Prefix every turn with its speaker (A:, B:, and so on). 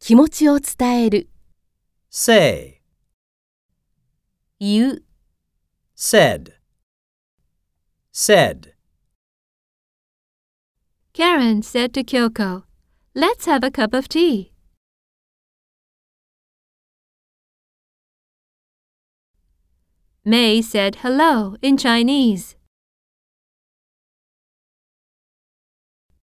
A: 気持ちを伝える、
B: Say,
A: 言う、
B: said, said.
C: Karen said to Kyoko, Let's have a cup of tea. May said hello in Chinese.